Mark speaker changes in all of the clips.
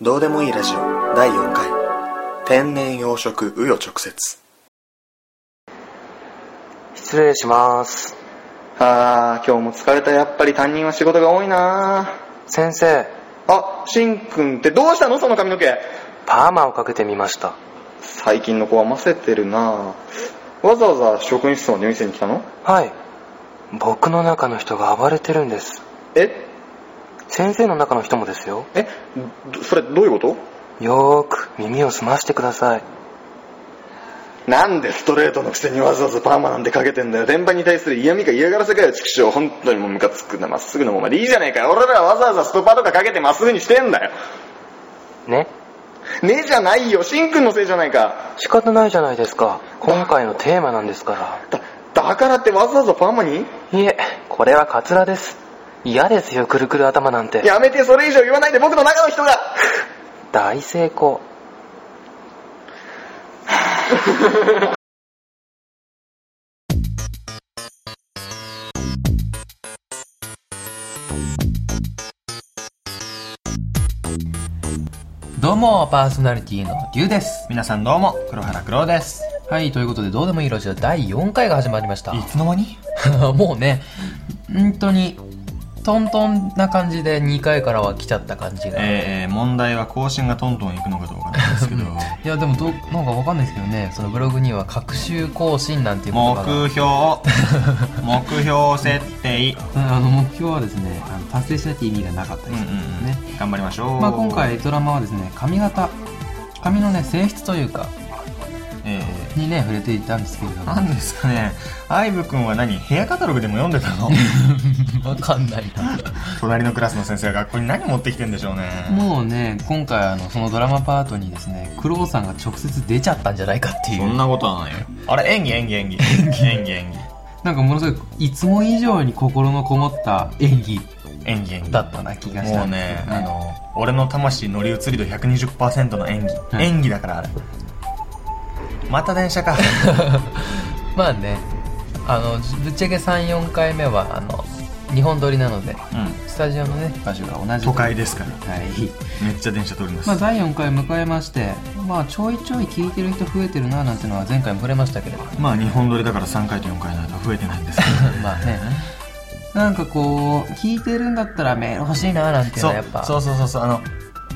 Speaker 1: どうでもいいラジオ第4回天然養殖紆余直接
Speaker 2: 失礼します
Speaker 3: あー、今日も疲れた。やっぱり担任は仕事が多いな
Speaker 2: 先生
Speaker 3: あ、しんくんってどうしたのその髪の毛。
Speaker 2: パーマをかけてみました
Speaker 3: 最近の子はませてるなわざわざ職員室の入院生に来たの
Speaker 2: はい僕の中の人が暴れてるんです
Speaker 3: え
Speaker 2: 先生の中の人もですよ
Speaker 3: えどそれどういうこと
Speaker 2: よーく耳を澄ましてください
Speaker 3: なんでストレートのくせにわざわざパーマなんてかけてんだよ。電波に対する嫌味か嫌がらせかよ、畜生。本当にもうムカつくな。まっすぐのままでいいじゃねえかよ。俺らはわざわざストッパーとかかけてまっすぐにしてんだよ。
Speaker 2: ね
Speaker 3: ねえじゃないよ。しんくんのせいじゃないか。
Speaker 2: 仕方ないじゃないですか今回のテーマなんですか
Speaker 3: だ、だからってわざわざパーマに
Speaker 2: らいえこれはカツラです嫌ですよくるくる頭なん て
Speaker 3: やめて、それ以上言わないで僕の中の人が。
Speaker 2: 大成功
Speaker 4: どうも、パーソナリティのリュウです。
Speaker 5: 皆さんどうも黒原黒です
Speaker 4: はい、ということで、どうでもいいラジオ第4回が始まりました。
Speaker 5: いつの間に
Speaker 4: もうね、本当に、トントンな感じで2回からは来ちゃった感じが。
Speaker 5: えーえー、問題は更新がトントンいくのかどうかなんですけど
Speaker 4: いや、でもど、なんかわかんないですけどね、そのブログには、各週更新なんていう言葉が。
Speaker 5: 目標目標設定
Speaker 4: うんあの、目標はですね、あの達成しなきゃ意味がなかった
Speaker 5: うん
Speaker 4: り
Speaker 5: うん
Speaker 4: するんですね。
Speaker 5: うん頑張りましょう
Speaker 4: まあ、今回、ドラマはですね、髪型、髪のね、性質というか、
Speaker 5: え
Speaker 4: にね、触れていたんですけれど
Speaker 5: ー、
Speaker 4: も。
Speaker 5: なんですかねアイブ君は何部屋カタログでも読んでたの
Speaker 4: わかんないな。
Speaker 5: 隣のクラスの先生が学校に何持ってきてんでしょうね
Speaker 4: もうね、今回あの、そのドラマパートにですね、クロウさんが直接出ちゃったんじゃないかっていう。な
Speaker 5: なことはないよあれ演技演技演技演技演技演技
Speaker 4: んかものすごい、いつも以上に心のこもった演技
Speaker 5: 演技演技
Speaker 4: だったな気がした。
Speaker 5: もうね、
Speaker 4: うん
Speaker 5: あの俺の魂乗り移り度120%の演技、
Speaker 4: はい
Speaker 5: 演技だからあれまた電車か
Speaker 4: まあね、あの、ぶっちゃけ3、4回目は、あの、日本撮りなので、
Speaker 5: うん
Speaker 4: スタジオのね、場所が同じ。
Speaker 5: 都会ですから
Speaker 4: はい。
Speaker 5: めっちゃ電車通ります、
Speaker 4: まあ、第4回迎えまして、まあ、ちょいちょい聞いてる人増えてるななんてのは前回も触れましたけれども。
Speaker 5: まあ日本撮りだから3回と4回の間増えてないんですけど
Speaker 4: まあね、なんかこう、聞いてるんだったらメール欲しいななんていうの
Speaker 5: そ
Speaker 4: はやっ
Speaker 5: う
Speaker 4: ぱ。
Speaker 5: そうそうそうそうあの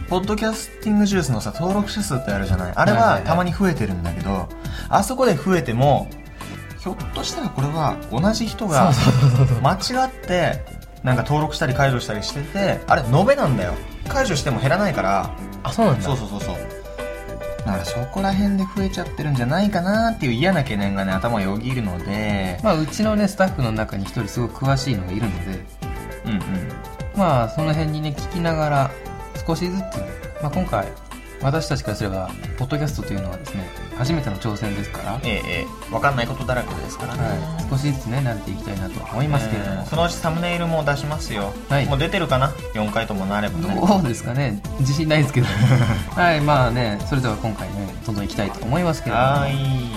Speaker 5: ポッドキャスティングジュースのさ登録者数ってあるじゃないあれ
Speaker 4: はいはいは
Speaker 5: はいたまに増えてるんだけど、あそこで増えてもひょっとしたらこれは同じ人が間違ってなんか登録したり解除したりしててあれ延べなんだよ解除しても減らないから
Speaker 4: あ、そうなんだ。
Speaker 5: そうそうそうそうだからそこら辺で増えちゃってるんじゃないかなっていう嫌な懸念がね頭をよぎるので
Speaker 4: まあ、うちのねスタッフの中に一人すごく詳しいのがいるので
Speaker 5: うんうん
Speaker 4: まあその辺にね聞きながら少しずつ、まあ、今回私たちからすればポッドキャストというのはですね初めての挑戦ですから、
Speaker 5: ええええ分かんないことだらけですからね、
Speaker 4: はい、少しずつね慣れていきたいなと思いますけれども、
Speaker 5: えーそのうちサムネイルも出しますよ、
Speaker 4: はい
Speaker 5: もう出てるかな4回ともなればね
Speaker 4: どうですかね自信ないですけ どはいまあねそれでは今回ねどんどんいきたいと思いますけれども
Speaker 5: はーい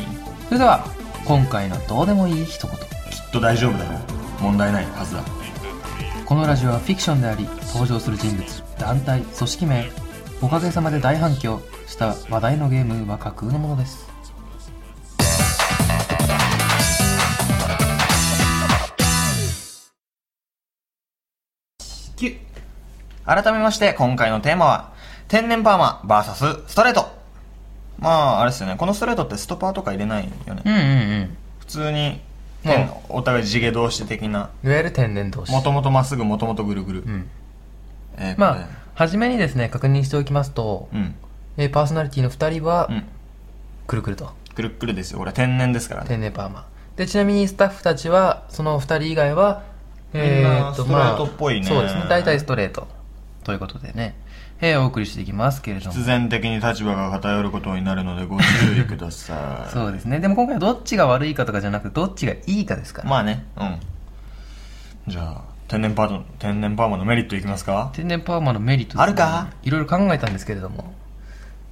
Speaker 4: それでは今回のどうでもいい一言
Speaker 5: きっと大丈夫だろう問題ないはずだ
Speaker 4: このラジオはフィクションであり登場する人物団体組織名おかげさまで大反響した話題のゲームは架空のものです
Speaker 5: 9改めまして今回のテーマは天然パーマ VS ストレートまああれですよねこのストレートってストパーとか入れないよね
Speaker 4: うんうんうん
Speaker 5: 普通に、
Speaker 4: うん
Speaker 5: 天お互い地毛同士的ない
Speaker 4: わゆる天然同士
Speaker 5: もともとまっすぐもともとぐるぐる、
Speaker 4: うん
Speaker 5: えー
Speaker 4: まあ初めにですね確認しておきますと、
Speaker 5: うん
Speaker 4: えーパーソナリティの2人は、
Speaker 5: うん
Speaker 4: くるくると
Speaker 5: くるっくるですよ俺天然ですからね
Speaker 4: 天然パーマでちなみにスタッフたちはその2人以外は
Speaker 5: みんなストレートっぽいね
Speaker 4: そうですね大体ストレートということでね、えーお送りしていきますけれども
Speaker 5: 必然的に立場が偏ることになるのでご注意くだ さい
Speaker 4: そうですねでも今回はどっちが悪いかとかじゃなくてどっちがいいかですから
Speaker 5: まあねうんじゃあ天然パーマ天然パーマのメリットいきますか
Speaker 4: 天然パーマのメリットですね
Speaker 5: あるか
Speaker 4: いろいろ考えたんですけれども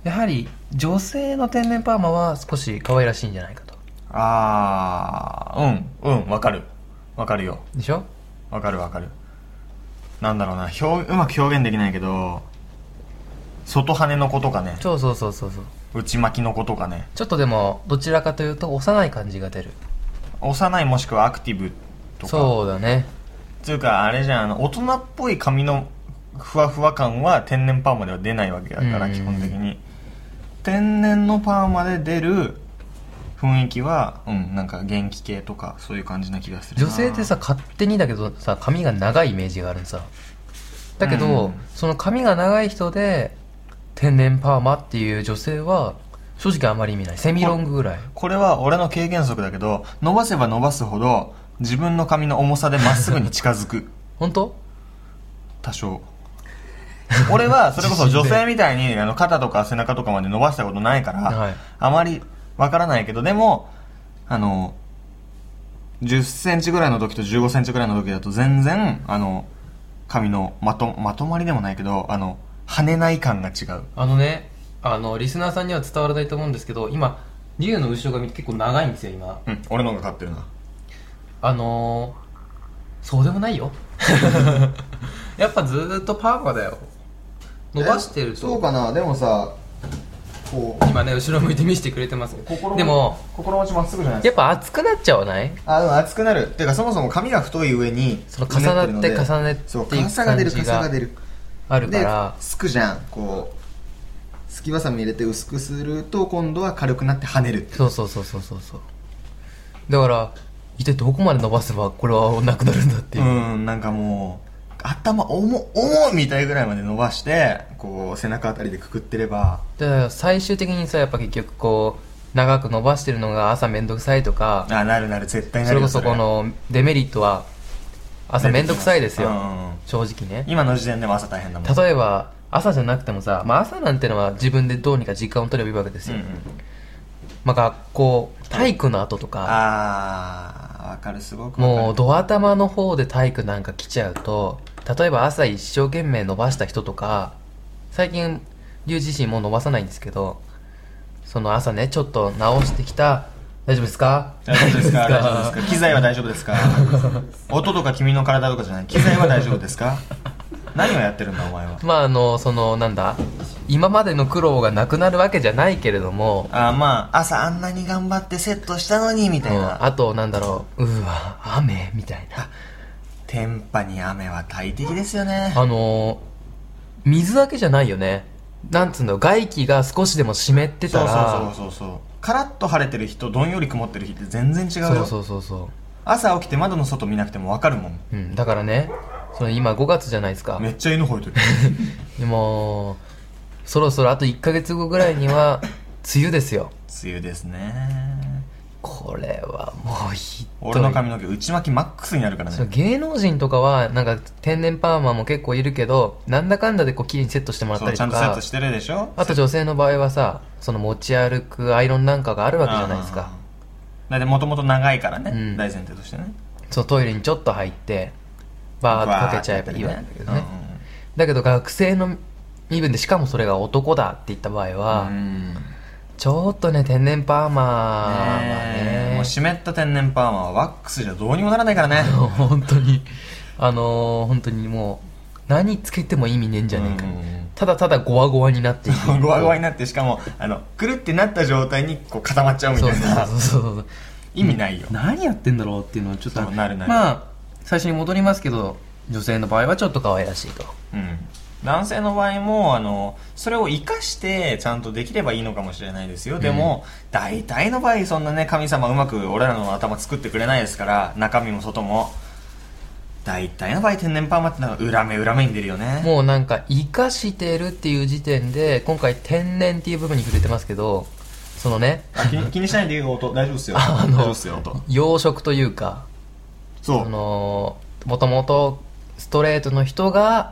Speaker 4: やはり女性の天然パーマは少し可愛らしいんじゃないかと
Speaker 5: あーうんうんわかるわかるよ
Speaker 4: でしょ
Speaker 5: わかるわかるなんだろうな表うまく表現できないけど外羽の子とかね
Speaker 4: そうそうそうそうそう
Speaker 5: 内巻きの子とかね
Speaker 4: ちょっとでもどちらかというと幼い感じが出る
Speaker 5: 幼いもしくはアクティブとか
Speaker 4: そうだね
Speaker 5: つうかあれじゃんあの大人っぽい髪のふわふわ感は天然パーマでは出ないわけだから
Speaker 4: うん
Speaker 5: 基本的に天然のパーマで出る雰囲気はうんなんか元気系とかそういう感じな気がするな
Speaker 4: 女性ってさ勝手にだけどさ髪が長いイメージがあるのさだけど、
Speaker 5: うん
Speaker 4: その髪が長い人で天然パーマっていう女性は正直あまり意味ないセミロングぐらい
Speaker 5: これは俺の経験則だけど伸ばせば伸ばすほど自分の髪の重さでまっすぐに近づく
Speaker 4: 本当
Speaker 5: 多少俺はそれこそ女性みたいにあの肩とか背中とかまで伸ばしたことないから、
Speaker 4: はい
Speaker 5: あまりわからないけどでもあの1 0ンチぐらいの時と1 5ンチぐらいの時だと全然あの髪のまとまとまりでもないけどあの跳ねない感が違う
Speaker 4: あのねあのリスナーさんには伝わらないと思うんですけど今竜の後ろ髪結構長いんですよ今
Speaker 5: うん俺の方が勝ってるな
Speaker 4: あのー、そうでもないよやっぱずーっとパーマだよ伸ばしてると
Speaker 5: かなでもさこう
Speaker 4: 今ね後ろ向いて見せてくれてます
Speaker 5: 心
Speaker 4: でも
Speaker 5: 心持ちまっすぐじゃない
Speaker 4: やっぱ熱くなっちゃわない
Speaker 5: あでも熱くなるっていうかそもそも髪が太い上に
Speaker 4: その重なって
Speaker 5: うねるので
Speaker 4: 重なっていく
Speaker 5: そう
Speaker 4: 感じが
Speaker 5: 傘が出る傘が出る
Speaker 4: あるから
Speaker 5: ですくじゃんこうすきばさみ入れて薄くすると今度は軽くなって跳ねる
Speaker 4: そうそうそうそうそうそうだから一体どこまで伸ばせばこれはなくなるんだって
Speaker 5: う
Speaker 4: いう、
Speaker 5: んなんかもう頭重っ重っみたいぐらいまで伸ばしてこう背中あたりでくくってれば
Speaker 4: だから最終的にさやっぱ結局こう長く伸ばしてるのが朝めんどくさいとか
Speaker 5: あなるなる絶対な
Speaker 4: そ
Speaker 5: る
Speaker 4: れ
Speaker 5: よ
Speaker 4: こそこ
Speaker 5: は
Speaker 4: のデメリットは朝めんどくさいですよ
Speaker 5: うんうんうん
Speaker 4: 正直ね
Speaker 5: 今の時点でも朝大変だもん
Speaker 4: 例えば朝じゃなくてもさ、まあ、朝なんてのは自分でどうにか時間を取ればいいわけですよ、
Speaker 5: うんうん
Speaker 4: まあ、学校体育の後とか
Speaker 5: ああわかるすごくわかる
Speaker 4: もうド頭の方で体育なんか来ちゃうと例えば朝一生懸命伸ばした人とか最近龍自身もう伸ばさないんですけどその朝ねちょっと直してきた大丈夫ですか
Speaker 5: 大丈夫ですか大丈夫ですか機材は大丈夫 ですか音とか君の体とかじゃない機材は大丈夫ですか何をやってるんだお前は
Speaker 4: まああのそのなんだ今までの苦労がなくなるわけじゃないけれども
Speaker 5: あーまあ朝あんなに頑張ってセットしたのにみたい
Speaker 4: うん
Speaker 5: な
Speaker 4: あとなんだろううわ雨みたい な
Speaker 5: 天パに雨は大敵ですよね
Speaker 4: あのー水だけじゃないよねなんつうの外気が少しでも湿って
Speaker 5: そ
Speaker 4: た
Speaker 5: うそ
Speaker 4: ら
Speaker 5: うそうそうそうカラッと晴れてる日とどんより曇ってる日って全然違うよ
Speaker 4: そうそうそうそ
Speaker 5: 朝起きて窓の外見なくても分かるもん
Speaker 4: う、うん、だからねその今5月じゃないですか
Speaker 5: めっちゃ犬吠えてる
Speaker 4: でもそろそろあと1ヶ月後ぐらいには梅雨ですよ
Speaker 5: 梅雨ですね
Speaker 4: これはもうひどい
Speaker 5: 俺の髪の毛内巻きマックスになるから
Speaker 4: その
Speaker 5: ね
Speaker 4: 芸能人とかはなんか天然パーマも結構いるけどなんだかんだでこう綺麗にセットしてもらっ
Speaker 5: そ
Speaker 4: た
Speaker 5: う
Speaker 4: り
Speaker 5: ちゃ
Speaker 4: と
Speaker 5: んとセッ
Speaker 4: か
Speaker 5: トしてるでしょ
Speaker 4: あと女性の場合はさその持ち歩くアイロンなんかがあるわけじゃないですか
Speaker 5: だってもともと長いからね、
Speaker 4: うん
Speaker 5: 大前提としてね
Speaker 4: そうトイレにちょっと入ってバーッとかけちゃえばいいわけだけどね、だけど学生の身分でしかもそれが男だって言った場合
Speaker 5: うん
Speaker 4: は、
Speaker 5: うん
Speaker 4: ちょっとね天然パーマは
Speaker 5: ねえ
Speaker 4: ね
Speaker 5: もう湿った天然パーマはワックスじゃどうにもならないからね
Speaker 4: 本当にあのー本当にもう何つけても意味ねえんじゃねえか、
Speaker 5: うんうんうん
Speaker 4: ただただゴワゴワになっていく
Speaker 5: ごわごわになってしかもあのくるってなった状態にこう固まっちゃうみ
Speaker 4: そ
Speaker 5: たい
Speaker 4: うそう
Speaker 5: な
Speaker 4: そうそうそう
Speaker 5: 意味ないよ
Speaker 4: 何やってんだろうっていうのはちょっと
Speaker 5: そうなるなる
Speaker 4: まあ最初に戻りますけど女性の場合はちょっと可愛らしいと
Speaker 5: うん男性の場合もあのそれを生かしてちゃんとできればいいのかもしれないですよでも、大体の場合そんなね神様うまく俺らの頭作ってくれないですから中身も外も大体の場合天然パーマってのは裏目裏目に出るよね
Speaker 4: もうなんか生かしてるっていう時点で今回天然っていう部分に触れてますけどそのね
Speaker 5: あ気に気にしないでいいよ音大丈夫っす よ
Speaker 4: あ
Speaker 5: 大
Speaker 4: の
Speaker 5: 丈夫っすよ音
Speaker 4: 養殖というか
Speaker 5: そ
Speaker 4: あ
Speaker 5: う
Speaker 4: のもともとストレートの人が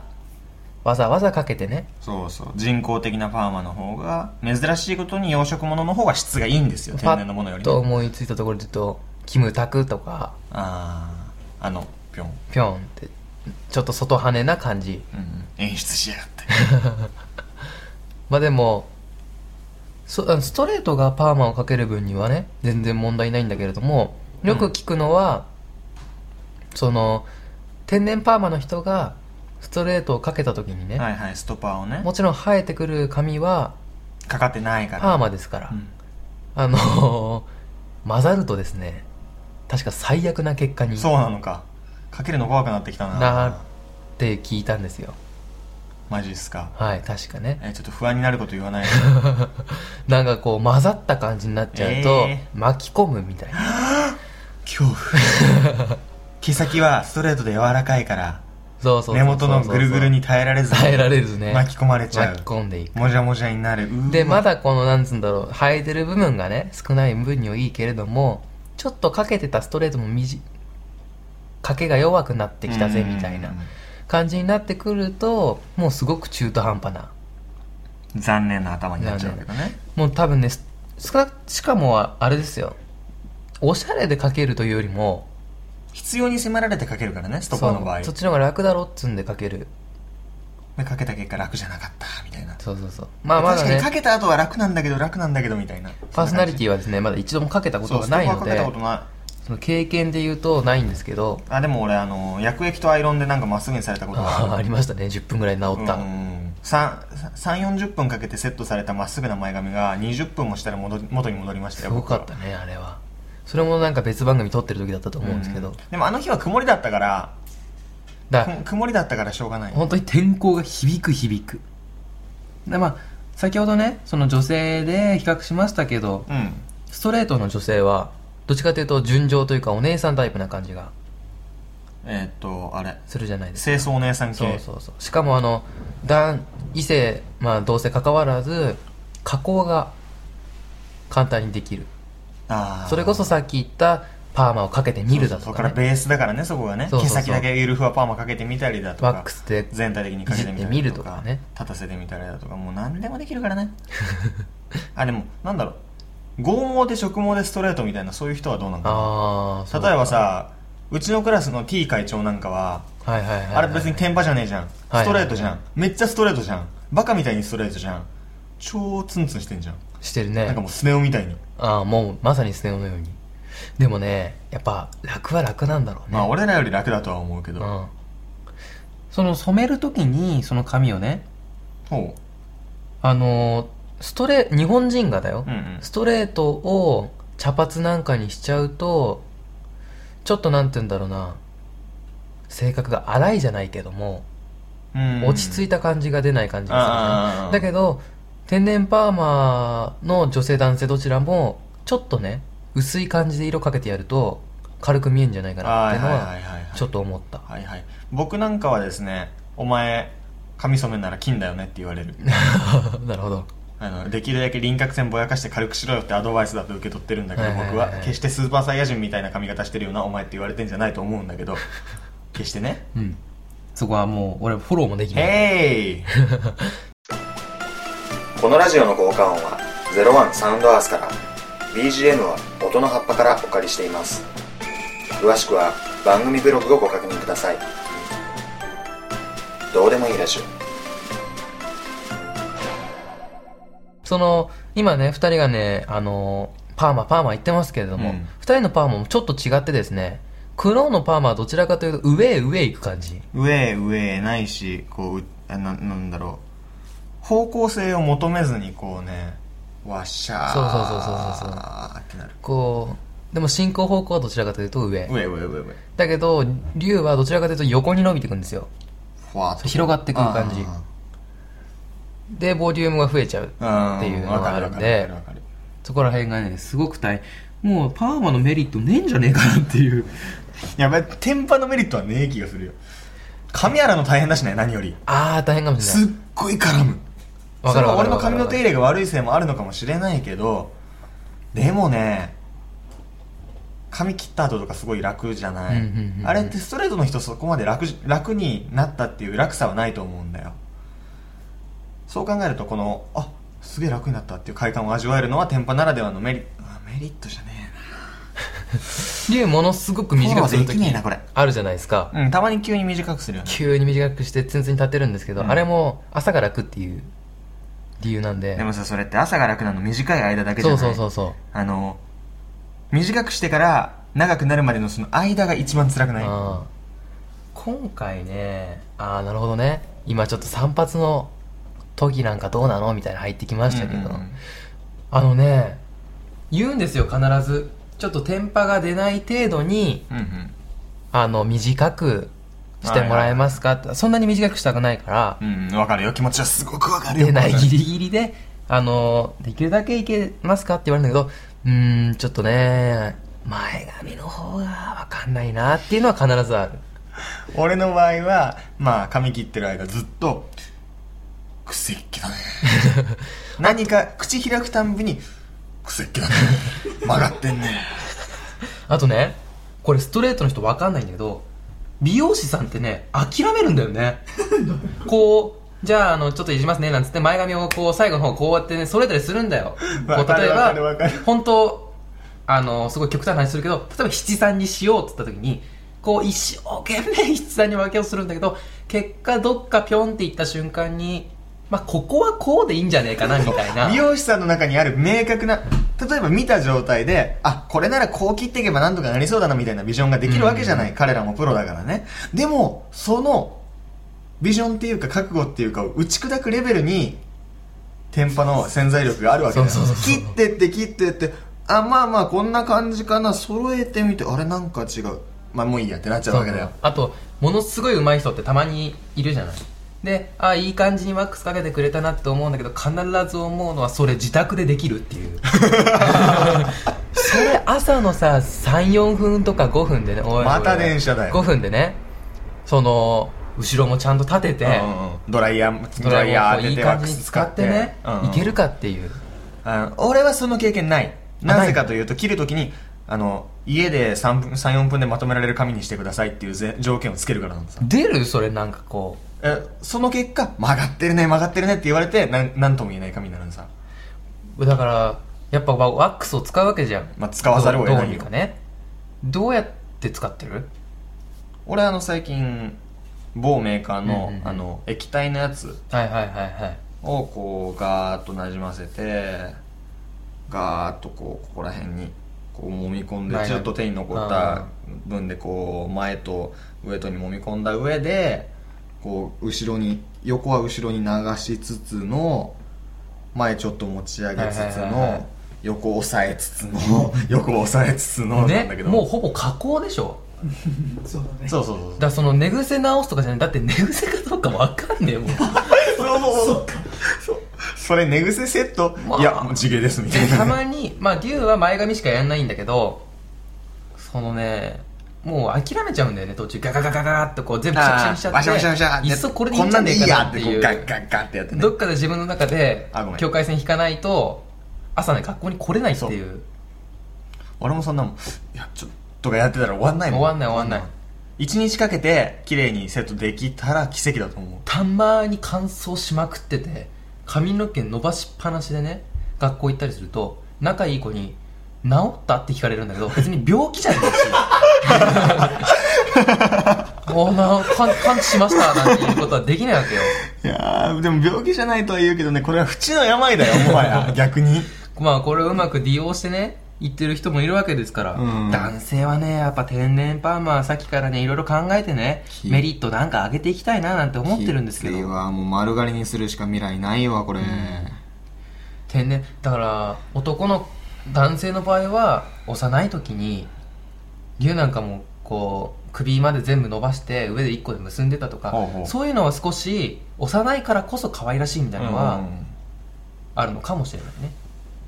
Speaker 4: わざわざかけてね
Speaker 5: そうそう人工的なパーマの方が珍しいことに養殖物の方が質がいいんですよ天然のものより
Speaker 4: パッと
Speaker 5: ね
Speaker 4: 思いついたところで言うとキムタクとか
Speaker 5: あああのぴょん、
Speaker 4: ピョンってちょっと外跳ねな感じ
Speaker 5: うん、演出しやが って
Speaker 4: まあでもそあのストレートがパーマをかける分にはね全然問題ないんだけれどもよく聞くのは、その天然パーマの人がストレートをかけた時にね、
Speaker 5: はいはいストッパーをね
Speaker 4: もちろん生えてくる髪は
Speaker 5: かかってないから
Speaker 4: パーマですから、
Speaker 5: うん
Speaker 4: あの混ざるとですね確か最悪な結果に
Speaker 5: そうなのかかけるの怖くなってきたな
Speaker 4: なって聞いたんですよ
Speaker 5: マジっすか
Speaker 4: はい確かね
Speaker 5: えーちょっと不安になること言わ ないで
Speaker 4: なんかこう混ざった感じになっちゃうと、
Speaker 5: え
Speaker 4: 巻き込むみたいな
Speaker 5: 恐怖毛先はストレートで柔らかいから
Speaker 4: そうそうそうそう
Speaker 5: 根元のぐるぐるに耐えられず
Speaker 4: 耐えられずね
Speaker 5: 巻き込まれちゃう
Speaker 4: 巻き込んでいく
Speaker 5: もじゃもじゃになるうー
Speaker 4: でまだこのなんつうんだろう生えてる部分がね少ない分にはいいけれどもちょっとかけてたストレートもみじかけが弱くなってきたぜみたいな感じになってくるともうすごく中途半端な
Speaker 5: 残念な頭になっちゃうけどね
Speaker 4: もう多分ねす少なしかもああれですよおしゃれでかけるというよりも
Speaker 5: 必要に迫られてかけるからねストッパ
Speaker 4: そ
Speaker 5: ーの場合
Speaker 4: うそっちの方が楽だろっつうんでかける
Speaker 5: でかけた結果楽じゃなかったみたいな
Speaker 4: そうそうそうまあま
Speaker 5: 確
Speaker 4: だ
Speaker 5: かにか
Speaker 4: ね
Speaker 5: けた後は楽なんだけど楽なんだけどみたいな
Speaker 4: パーソナリテ
Speaker 5: ィ
Speaker 4: ィはですねまだ一度もかけたこと
Speaker 5: そう
Speaker 4: が
Speaker 5: ストッパー
Speaker 4: ないの
Speaker 5: かけ
Speaker 4: で
Speaker 5: たことない
Speaker 4: その経験で言うとないんですけど
Speaker 5: あでも俺あの薬液とアイロンでなんかまっすぐにされたことがある
Speaker 4: あありましたね10分ぐらい 治った、
Speaker 5: 340分かけてセットされたまっすぐな前髪が20分もしたら戻り元に戻りました
Speaker 4: す
Speaker 5: よ
Speaker 4: ごかっ
Speaker 5: 僕
Speaker 4: た
Speaker 5: は
Speaker 4: ねあれはそれもなんか別番組撮ってる時だったと思うんですけど、
Speaker 5: でもあの日は曇りだったから
Speaker 4: だから
Speaker 5: く曇りだったからしょうがない
Speaker 4: 本当に天候が響く響くでまあ先ほどねその女性で比較しましたけど
Speaker 5: うん
Speaker 4: ストレートの女性はどっちかというと純情というかお姉さんタイプな感じが
Speaker 5: えーっとあれ
Speaker 4: するじゃないですか
Speaker 5: 清掃お姉さん系
Speaker 4: そうそうそうしかもあの男異性まあ同性関わらず加工が簡単にできる
Speaker 5: あー
Speaker 4: それこそさっき言ったパーマをかけてみるだ
Speaker 5: そ
Speaker 4: と
Speaker 5: こか
Speaker 4: からね
Speaker 5: ベースだからねそこがね
Speaker 4: そうそうそう
Speaker 5: 毛先だけゆるふわパーマかけてみたりだとか
Speaker 4: ワックスで
Speaker 5: 全体的にかけてみた
Speaker 4: いじってみ
Speaker 5: り
Speaker 4: る
Speaker 5: だと
Speaker 4: と
Speaker 5: か
Speaker 4: かね
Speaker 5: 立たせてみたりだとかもう何でもできるからね あでもなんだろう剛毛で直毛でストレートみたいなそういう人はどうなんだろ
Speaker 4: ああ
Speaker 5: う例えばさうちのクラスの T 会長なんかは
Speaker 4: はいはいはいはい、
Speaker 5: あれ別に天パじゃねえじゃん
Speaker 4: はい
Speaker 5: ストレートじゃんめっちゃストレートじゃんバカみたいにストレートじゃん超ツンツンしてんじゃん
Speaker 4: してるね
Speaker 5: なんかもうスネ夫みたいに
Speaker 4: ああもうまさにスネ夫のようにでもねやっぱ楽は楽なんだろうね、
Speaker 5: まあ俺らより楽だとは思うけ
Speaker 4: う
Speaker 5: ど
Speaker 4: ん、その染める時にその髪をね
Speaker 5: ほ
Speaker 4: あのーストレ日本人がだよ、
Speaker 5: ううんうん
Speaker 4: ストレートを茶髪なんかにしちゃうとちょっとなんて言うんだろうな性格が荒いじゃないけども、
Speaker 5: うん
Speaker 4: 落ち着いた感じが出ない感じがする、
Speaker 5: あ
Speaker 4: ね、
Speaker 5: ー
Speaker 4: だけど天然パーマの女性男性どちらもちょっとね薄い感じで色かけてやると軽く見えるんじゃないかなっ
Speaker 5: は
Speaker 4: て
Speaker 5: い
Speaker 4: いう
Speaker 5: は
Speaker 4: の
Speaker 5: い
Speaker 4: は
Speaker 5: はいはいはい
Speaker 4: ちょっと思った
Speaker 5: はいはい僕なんかはですねお前髪染めんなら金だよねって言 われる
Speaker 4: なるほど
Speaker 5: あのできるだけ輪郭線ぼやかして軽くしろよってアドバイスだと受け取ってるんだけど、
Speaker 4: はいはいはい
Speaker 5: 僕は決してスーパーサイヤ人みたいな髪型してるようなお前って言われてんじゃないと思うんだ けど決してね
Speaker 4: うんそこはもう俺フォローもできない
Speaker 5: ヘイ
Speaker 1: このラジオの効果音は01サウンドアースから BGM は音の葉っぱからお借りしています詳しくは番組ブログをご確認くださいどうでもいいラジオ
Speaker 4: その今ね2人がねあのパーマパーマ言ってますけれども、
Speaker 5: う
Speaker 4: 二
Speaker 5: ん
Speaker 4: 2人のパーマもちょっと違ってですね黒のパーマはどちらかというと上へ上へ行く感じ
Speaker 5: 上上ないしこううあななんだろう方向性を求めずにこうねわっしゃー
Speaker 4: そうそうそうそうそうそう
Speaker 5: ってなる
Speaker 4: こうでも進行方向はどちらかというと上
Speaker 5: 上上上上
Speaker 4: だけど竜はどちらかというと横に伸びていくんですよ
Speaker 5: ふわっと
Speaker 4: 広がってくる感じ
Speaker 5: あー
Speaker 4: でボリュームが増えちゃうっていうの
Speaker 5: わ
Speaker 4: が
Speaker 5: か
Speaker 4: あ
Speaker 5: るわ
Speaker 4: るん
Speaker 5: か
Speaker 4: で
Speaker 5: るわかる
Speaker 4: そこら辺がねすごく大変もうパーマのメリットねえんじゃねえかなっていう
Speaker 5: やばい天パのメリットはねえ気がするよ髪洗うの大変だしね何より
Speaker 4: ああ大変かもしれな
Speaker 5: す
Speaker 4: い
Speaker 5: っごい絡む
Speaker 4: わ
Speaker 5: それ
Speaker 4: かる
Speaker 5: は
Speaker 4: わか
Speaker 5: 俺
Speaker 4: る
Speaker 5: の
Speaker 4: わかる
Speaker 5: 髪の手入れが悪いせいもあるのかもしれないけどでもね髪切った後とかすごい楽じゃない、
Speaker 4: うんうんうんうん
Speaker 5: あれってストレートの人そこまで楽じ楽になったっていう楽さはないと思うんだよそう考えるとこのあすげえ楽になったっていう快感を味わえるのは天パならではのメリットメリットじゃね
Speaker 4: 竜ものすごく
Speaker 5: えな
Speaker 4: 短くす
Speaker 5: フォロ
Speaker 4: る
Speaker 5: ー
Speaker 4: と
Speaker 5: できねえ
Speaker 4: き
Speaker 5: なこれ
Speaker 4: あるじゃないですか
Speaker 5: うんたまに急に短くするよね
Speaker 4: 急に短くしてツンツンに立てるんですけど、
Speaker 5: うん
Speaker 4: あれも朝が楽っていう理由なんで
Speaker 5: でもさそれって朝が楽なの短い間だけじゃ
Speaker 4: そ
Speaker 5: な
Speaker 4: う
Speaker 5: い
Speaker 4: そうそうそう
Speaker 5: あの短くしてから長くなるまでのその間が一番辛くない
Speaker 4: あー今回ねああなるほどね今ちょっと散髪の時なんかどうなのみたいな入ってきましたけど、
Speaker 5: うんうんうん
Speaker 4: あのね言うんですよ必ずちょっとテンパが出ない程度に
Speaker 5: うんうん
Speaker 4: あの短くしてもらえますか、ってそんなに短くしたくないから、
Speaker 5: うんうんわかるよ気持ちはすごくわかるよ
Speaker 4: 出ない
Speaker 5: これ
Speaker 4: ギリギリで、あの、できるだけいけますかって言われるんだけど、うーん、ちょっとね、前髪の方がわかんないなっていうのは必ずある。
Speaker 5: 俺の場合はまあ髪切ってる間ずっと「くせっ気だ ね」何か口開くたんびに「くせっ気だね」曲がってんね
Speaker 4: あとね、これストレートの人わかんないんだけど、美容師さんってね、諦めるんだよね。こう、じゃあ、あの、ちょっといじりますね、なんつって前髪をこう、最後の方こうやってね、それたりするんだよ。こ
Speaker 5: わか
Speaker 4: う
Speaker 5: る
Speaker 4: 例え
Speaker 5: わ
Speaker 4: ば
Speaker 5: かるわかる、
Speaker 4: 本当、あの、すごい極端な話するけど、例えば七三にしようって言った時に、こう、一生懸命七三に分けをするんだけど、結果どっかぴょんっていった瞬間に、まあ、ここはこうでいいんじゃねえかな、み たいな。
Speaker 5: 美容師さんの中にある明確な例えば見た状態であこれならこう切っていけばなんとかなりそうだなみたいなビジョンができるわけじゃない、彼らもプロだからねでもそのビジョンっていうか覚悟っていうかを打ち砕くレベルに天パの潜在力があるわけだよ
Speaker 4: そうそうそうそう
Speaker 5: 切ってって切ってってあまあまあこんな感じかな揃えてみてあれなんか違うまあもういいやってなっちゃうわけだよ
Speaker 4: そうあとものすごい上手い人ってたまにいるじゃないであいい感じにワックスかけてくれたなって思うんだけど必ず思うのはそれ自宅でできるっ ていうそれ朝のさ34分とか5分でねおいおいおい
Speaker 5: また電車だよ
Speaker 4: 5分でねその後ろもちゃんと立てて、
Speaker 5: うんうんうんドライヤー
Speaker 4: ド
Speaker 5: ドラ
Speaker 4: ライ
Speaker 5: イヤー
Speaker 4: ヤーを
Speaker 5: 当
Speaker 4: こう
Speaker 5: て
Speaker 4: いい
Speaker 5: てワッ
Speaker 4: 感
Speaker 5: ク
Speaker 4: じに
Speaker 5: ス
Speaker 4: 使
Speaker 5: 使
Speaker 4: っ
Speaker 5: って
Speaker 4: てね、
Speaker 5: うんうん
Speaker 4: いけるかっていう
Speaker 5: あの俺はその経験ないなぜ
Speaker 4: な
Speaker 5: か
Speaker 4: い
Speaker 5: というと切るときにあの家で3分34分でまとめられる紙にしてくださいっていうぜ条件をつけるからなんです
Speaker 4: 出るそれなんかこう
Speaker 5: えその結果曲がってるね曲がってるねって言われてなんなんとも言えない紙になるんさ
Speaker 4: だからやっぱワックスを使うわけじゃん、
Speaker 5: まあ使わざるを得ないよ
Speaker 4: どうにかねどうやって使ってる
Speaker 5: 俺あの最近某メーカーの,、
Speaker 4: うんうんうん
Speaker 5: あの液体のやつ
Speaker 4: はいはいはいはい
Speaker 5: をこうガーッとなじませてガーッとこうここら辺にこう揉み込んで
Speaker 4: はいはい
Speaker 5: ちょっと手に残った分でこう前と上とに揉み込んだ上でこう後ろに横は後ろに流しつつの前ちょっと持ち上げつつ
Speaker 4: はいはいはいはい
Speaker 5: の横押さえつつの 横押さえつつのなんだ
Speaker 4: ね
Speaker 5: けど
Speaker 4: もうほぼ加工でしょ
Speaker 6: そうだね
Speaker 5: そうそうそう
Speaker 4: だからその寝癖直すとかじゃないだって寝癖かどうかわかんね えもん
Speaker 5: そうそうそうそうそれ寝癖セット、
Speaker 4: まあ
Speaker 5: いやもう地毛ですみた
Speaker 4: で
Speaker 5: いな
Speaker 4: たまにまあ龍は前髪しかやんないんだけどそのねもう諦めちゃうんだよね途中ガガガガガーってこう全部シャキシャキしちゃって
Speaker 5: あーバシャバシャバシャって
Speaker 4: いっそこれでいいんじゃねえかなってい
Speaker 5: こ
Speaker 4: うん
Speaker 5: なんでいいやってこうガッガッガッってやってね
Speaker 4: どっかで自分の中で
Speaker 5: あごめん
Speaker 4: 境界線引かないと朝ね学校に来れないっていう
Speaker 5: 俺もそんなもんいやちょっとかやってたら終わんないもん
Speaker 4: 終わんない終わんない
Speaker 5: 一日かけて綺麗にセットできたら奇跡だと思う
Speaker 4: たまに乾燥しまくってて髪の毛伸ばしっぱなしでね学校行ったりすると仲いい子に「治った?」って聞かれるんだけど別に病気じゃないし 「おな完完治しました」なんていうことはできないわけよ
Speaker 5: いやーでも病気じゃないとは言うけどねこれは縁の病だよもは や逆に
Speaker 4: まあこれをうまく利用してね言ってる人もいるわけですから、
Speaker 5: うん
Speaker 4: 男性はねやっぱ天然パーマはさっきからねいろいろ考えてね
Speaker 5: き
Speaker 4: メリットなんか上げていきたいななんて思ってるんですけど
Speaker 5: はもう丸刈りにするしか未来ないわこれ、
Speaker 4: 天然だから男の男性の場合は幼い時に牛なんかもこう首まで全部伸ばして上で1個で結んでたとか
Speaker 5: ほうほう
Speaker 4: そういうのは少し幼いからこそ可愛らしいみたいなの
Speaker 5: う
Speaker 4: は
Speaker 5: ん
Speaker 4: あるのかもしれないね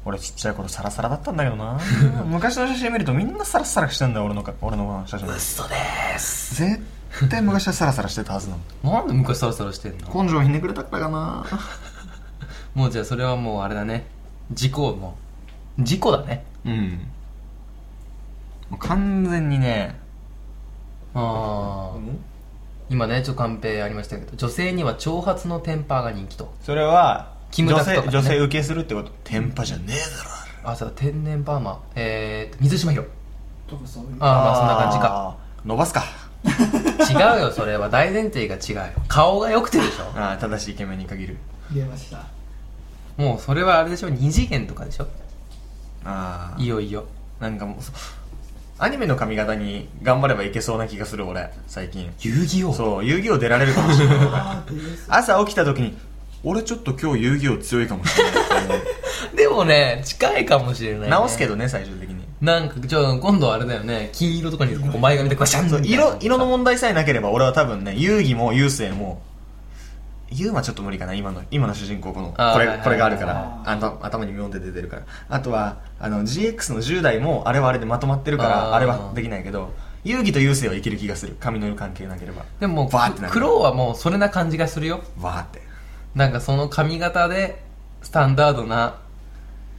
Speaker 5: 俺ちっちゃい頃サラサラだったんだけどな 昔の写真見るとみんなサラサラしてんだよ俺のか俺の写真
Speaker 4: 嘘です
Speaker 5: 絶対昔はサラサラしてたはずなの
Speaker 4: なんで昔サラサラしてんの
Speaker 5: 根性ひねくれたからかな
Speaker 4: もうじゃあそれはもうあれだね事故も事故だね
Speaker 5: うんもう完全にね
Speaker 4: ああ、今ねちょっとカンペありましたけど女性には長髪のテンパーが人気と
Speaker 5: それは
Speaker 4: キム
Speaker 5: 女
Speaker 4: タク
Speaker 5: 性
Speaker 4: とかね
Speaker 5: 女性受けするってことテンパじゃねえだろ
Speaker 4: あそうだ天然パーマえーと水島ひろ
Speaker 6: とかそういう
Speaker 4: ああまあそんな感じか
Speaker 5: あー伸ばすか
Speaker 4: 違うよそれは大前提が違うよ顔が良くてでしょ
Speaker 5: ああただしイケメンに限る
Speaker 6: 入れました
Speaker 4: もうそれはあれでしょ二次元とかでしょ
Speaker 5: ああ
Speaker 4: いよいよ
Speaker 5: なんかもうそアニメの髪型に頑張ればいけそうな気がする俺最近
Speaker 2: 遊戯王
Speaker 5: そう遊戯王出られるかもしれない
Speaker 6: あーっていう
Speaker 5: 朝起きた時に俺ちょっと今日遊戯王強いかもしれないって
Speaker 4: でもね、近いかもしれない、
Speaker 5: 思
Speaker 4: ね。
Speaker 5: う直すけどね最終的に
Speaker 4: なんか、ちょ、今度はあれだよね、金色とかにこう前髪でこうシャン
Speaker 5: そ
Speaker 4: と
Speaker 5: う色色の問題さえなければ俺は多分ね遊戯も遊星も遊はちょっと無理かな今の今の主人公この
Speaker 4: あー
Speaker 5: これ
Speaker 4: はいはいはい
Speaker 5: これがあるからあの頭にミョンって出てるからあとはあの GX の10代もあれはあれでまとまってるから
Speaker 4: あ
Speaker 5: あ
Speaker 4: ー
Speaker 5: れはできないけど遊戯と遊星はいける気がする髪の色関係なければ
Speaker 4: でも、
Speaker 5: バーってなる
Speaker 4: クローはもうそれな感じがするよ。
Speaker 5: わーって
Speaker 4: なんかその髪型で、スタンダードな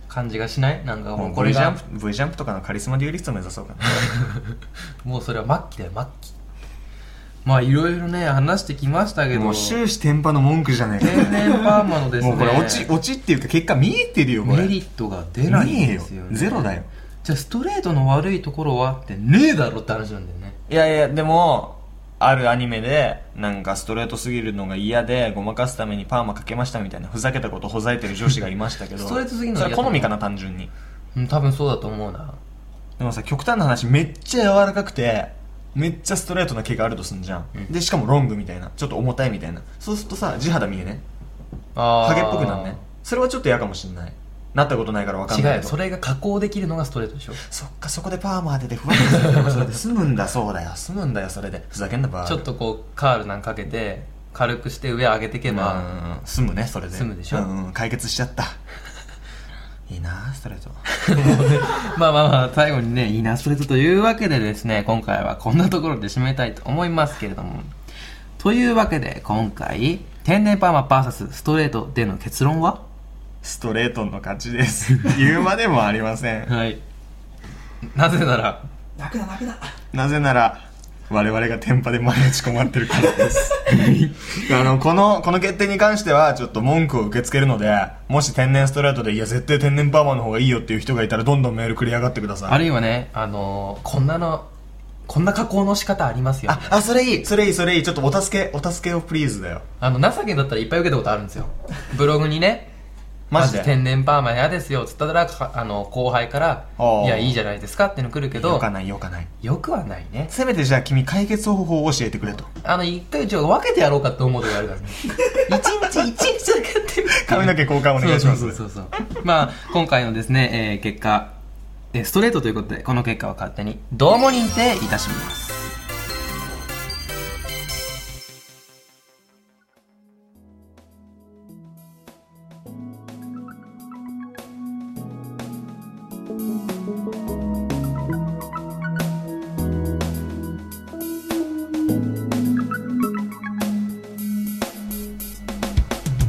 Speaker 4: 感じがしないなんかもうこれ
Speaker 5: V ジャ
Speaker 4: が
Speaker 5: ン、プ V ジャンプとかのカリスマデュエリスト目指そうかな
Speaker 4: もうそれは末期だよ、末期。まあいろいろね、話してきましたけど、
Speaker 5: もう終始天パの文句じゃねえか
Speaker 4: 天然パーマのですね、
Speaker 5: もうこれ落ち落ちっていうか結果見えてるよこれ
Speaker 4: メリットが出ないんですよ、
Speaker 5: ねえ
Speaker 4: ね。
Speaker 5: よゼロだよ
Speaker 4: じゃあストレートの悪いところはってねえだろって話なんだよね。
Speaker 5: いやいやでもあるアニメでなんかストレートすぎるのが嫌でごまかすためにパーマかけましたみたいなふざけたことほざいてる女子がいましたけど
Speaker 4: ストレートすぎるの
Speaker 5: そ
Speaker 4: が
Speaker 5: れ
Speaker 4: 嫌
Speaker 5: は好みかな単純に
Speaker 4: うん、多分そうだと思うな。
Speaker 5: でもさ極端な話めっちゃ柔らかくてめっちゃストレートな毛があるとすんじゃん、でしかもロングみたいなちょっと重たいみたいなそうするとさ地肌見えね
Speaker 4: あー
Speaker 5: ハゲっぽくなんねそれはちょっと嫌かもしんないなったことないから分かん
Speaker 4: 違
Speaker 5: な
Speaker 4: う
Speaker 5: い
Speaker 4: よ
Speaker 5: けど
Speaker 4: それが加工できるのがストレートでしょ
Speaker 5: そっかそこでパーマ当ててふわっとするのもそれで済むんだそう だよ済むんだよそれでふざけんなバー
Speaker 4: ちょっとこうカールなんかけて軽くして上上げていけば
Speaker 5: まあ、済むねそれで
Speaker 4: 済むでしょ
Speaker 5: うんうん、解決しちゃ ったいいなストレート
Speaker 4: まあまあまあ最後にねいいなストレートというわけでですね今回はこんなところで締めたいと思いますけれどもというわけで今回天然パーマ VS ストレートでの結論は
Speaker 5: ストレートの勝ちです 言うまでもありません
Speaker 4: はいなぜなら
Speaker 6: 泣くな泣くな
Speaker 5: なぜなら我々が天パで毎日困ってるからです あのこのこの決定に関してはちょっと文句を受け付けるのでもし天然ストレートでいや絶対天然パーマの方がいいよっていう人がいたらどんどんメール繰り上がってください
Speaker 4: あるいはねあのーこんなのこんな加工の仕方ありますよ、ね
Speaker 5: あ、あそれいいそれいいそれいいちょっとお助けお助けをプリーズだよ
Speaker 4: あの情けだったらいっぱい受けたことあるん ですよブログにね
Speaker 5: マジで
Speaker 4: 天然パーマ嫌ですよっつったらかあの後輩から「
Speaker 5: ああ
Speaker 4: いやいいじゃないですか」っての来るけ
Speaker 5: よ
Speaker 4: ど
Speaker 5: かないよかない
Speaker 4: よくはないね
Speaker 5: せめてじゃあ君解決方法を教えてくれと
Speaker 4: あの一回ちょっと分けてやろうかって思う時ある からね一日一日だけやってみる
Speaker 5: 髪の毛交換お願いします
Speaker 4: そうそうそうそうまあ今回のですね、えー結果、えーストレートということでこの結果は勝手にどうも認定いたします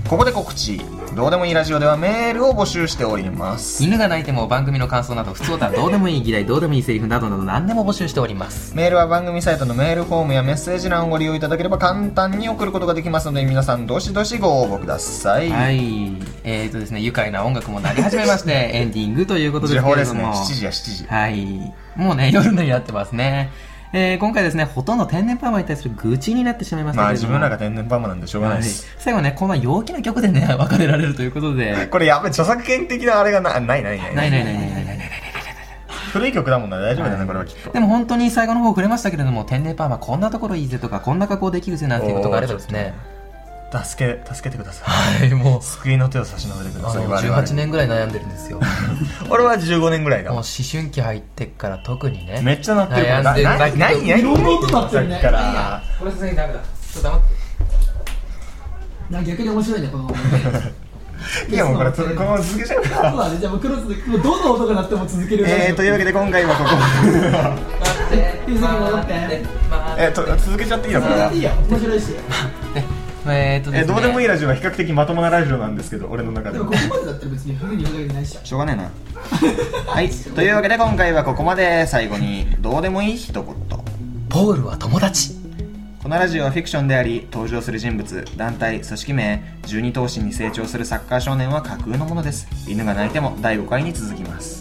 Speaker 5: ここで告知どうでもいいラジオではメールを募集しております
Speaker 4: 犬が泣いても番組の感想など普通とはどうでもいい議いどうでもいいセリフなどなど何でも募集しております
Speaker 5: メールは番組サイトのメールフォームやメッセージ欄をご利用いただければ簡単に送ることができますので皆さんどしどしご応募ください、
Speaker 4: はい、えーとですね、愉快な音楽も鳴り始めま して、エンディングということで
Speaker 5: 時
Speaker 4: すけ
Speaker 5: 報
Speaker 4: れ
Speaker 5: です
Speaker 4: ど
Speaker 5: ね
Speaker 4: も、
Speaker 5: 7時や7時
Speaker 4: はい、もうね、夜になってますね。えー今回ですね、ほとんど天然パーマに対する愚痴になってしまいました
Speaker 5: まあ
Speaker 4: けれ
Speaker 5: 自
Speaker 4: ども、
Speaker 5: 分らが天然パーマなんでしょうがないです、
Speaker 4: はい最後ね、こんな陽気な曲でね、 別れられるということで、
Speaker 5: これやべ著作権的なあれがなないないない
Speaker 4: ないないないないないないない。
Speaker 5: 古い曲だもんな大丈夫だね、これはきっと
Speaker 4: でも本当に最後の方触れましたけれども、天然パーマこんなところいいぜとか、こんな加工できるぜなんていうことがあればですね、
Speaker 5: 助け助けてください
Speaker 4: はい、もう、
Speaker 5: 救いの手を差し伸べてくだ
Speaker 4: あ
Speaker 5: さい
Speaker 4: の
Speaker 5: 我々
Speaker 4: 18年ぐらい悩んでるんですよ。も
Speaker 5: 俺は15年ぐらいうだ
Speaker 4: 思
Speaker 5: わ
Speaker 4: 春期入ってっから特にね。
Speaker 5: めっちゃなってるから
Speaker 4: 悩んでる
Speaker 5: なな何
Speaker 4: だけど
Speaker 5: 何何
Speaker 6: いろんな音鳴ってるね
Speaker 5: さっきから
Speaker 4: これさすがにダメだ。ちょっと黙って。
Speaker 6: なんか逆に面白いねこの
Speaker 5: いやもうこれこのまま続けちゃうか
Speaker 6: そうだねじゃあもう黒津もうどんな音が鳴っても続ける
Speaker 5: えー、というわけで今回はここ
Speaker 6: ゆずに戻って
Speaker 5: えーと続けちゃっていいのこれはい
Speaker 6: いよ面白いし
Speaker 4: えーっと
Speaker 5: えー
Speaker 4: ですね
Speaker 5: どうでもいいラジオは比較的まともなラジオなんですけど俺の中で
Speaker 6: でもこ
Speaker 5: は
Speaker 6: こまでだったら別に古いに言われないし
Speaker 5: しょうがねえなはいというわけで今回はここまで最後にどうでもいい一言こ
Speaker 4: ポールは友達。
Speaker 5: のラジオはフィクションであり登場する人物団体組織名十二頭身に成長するサッカー少年は架空のものです犬が泣いても第5回に続きます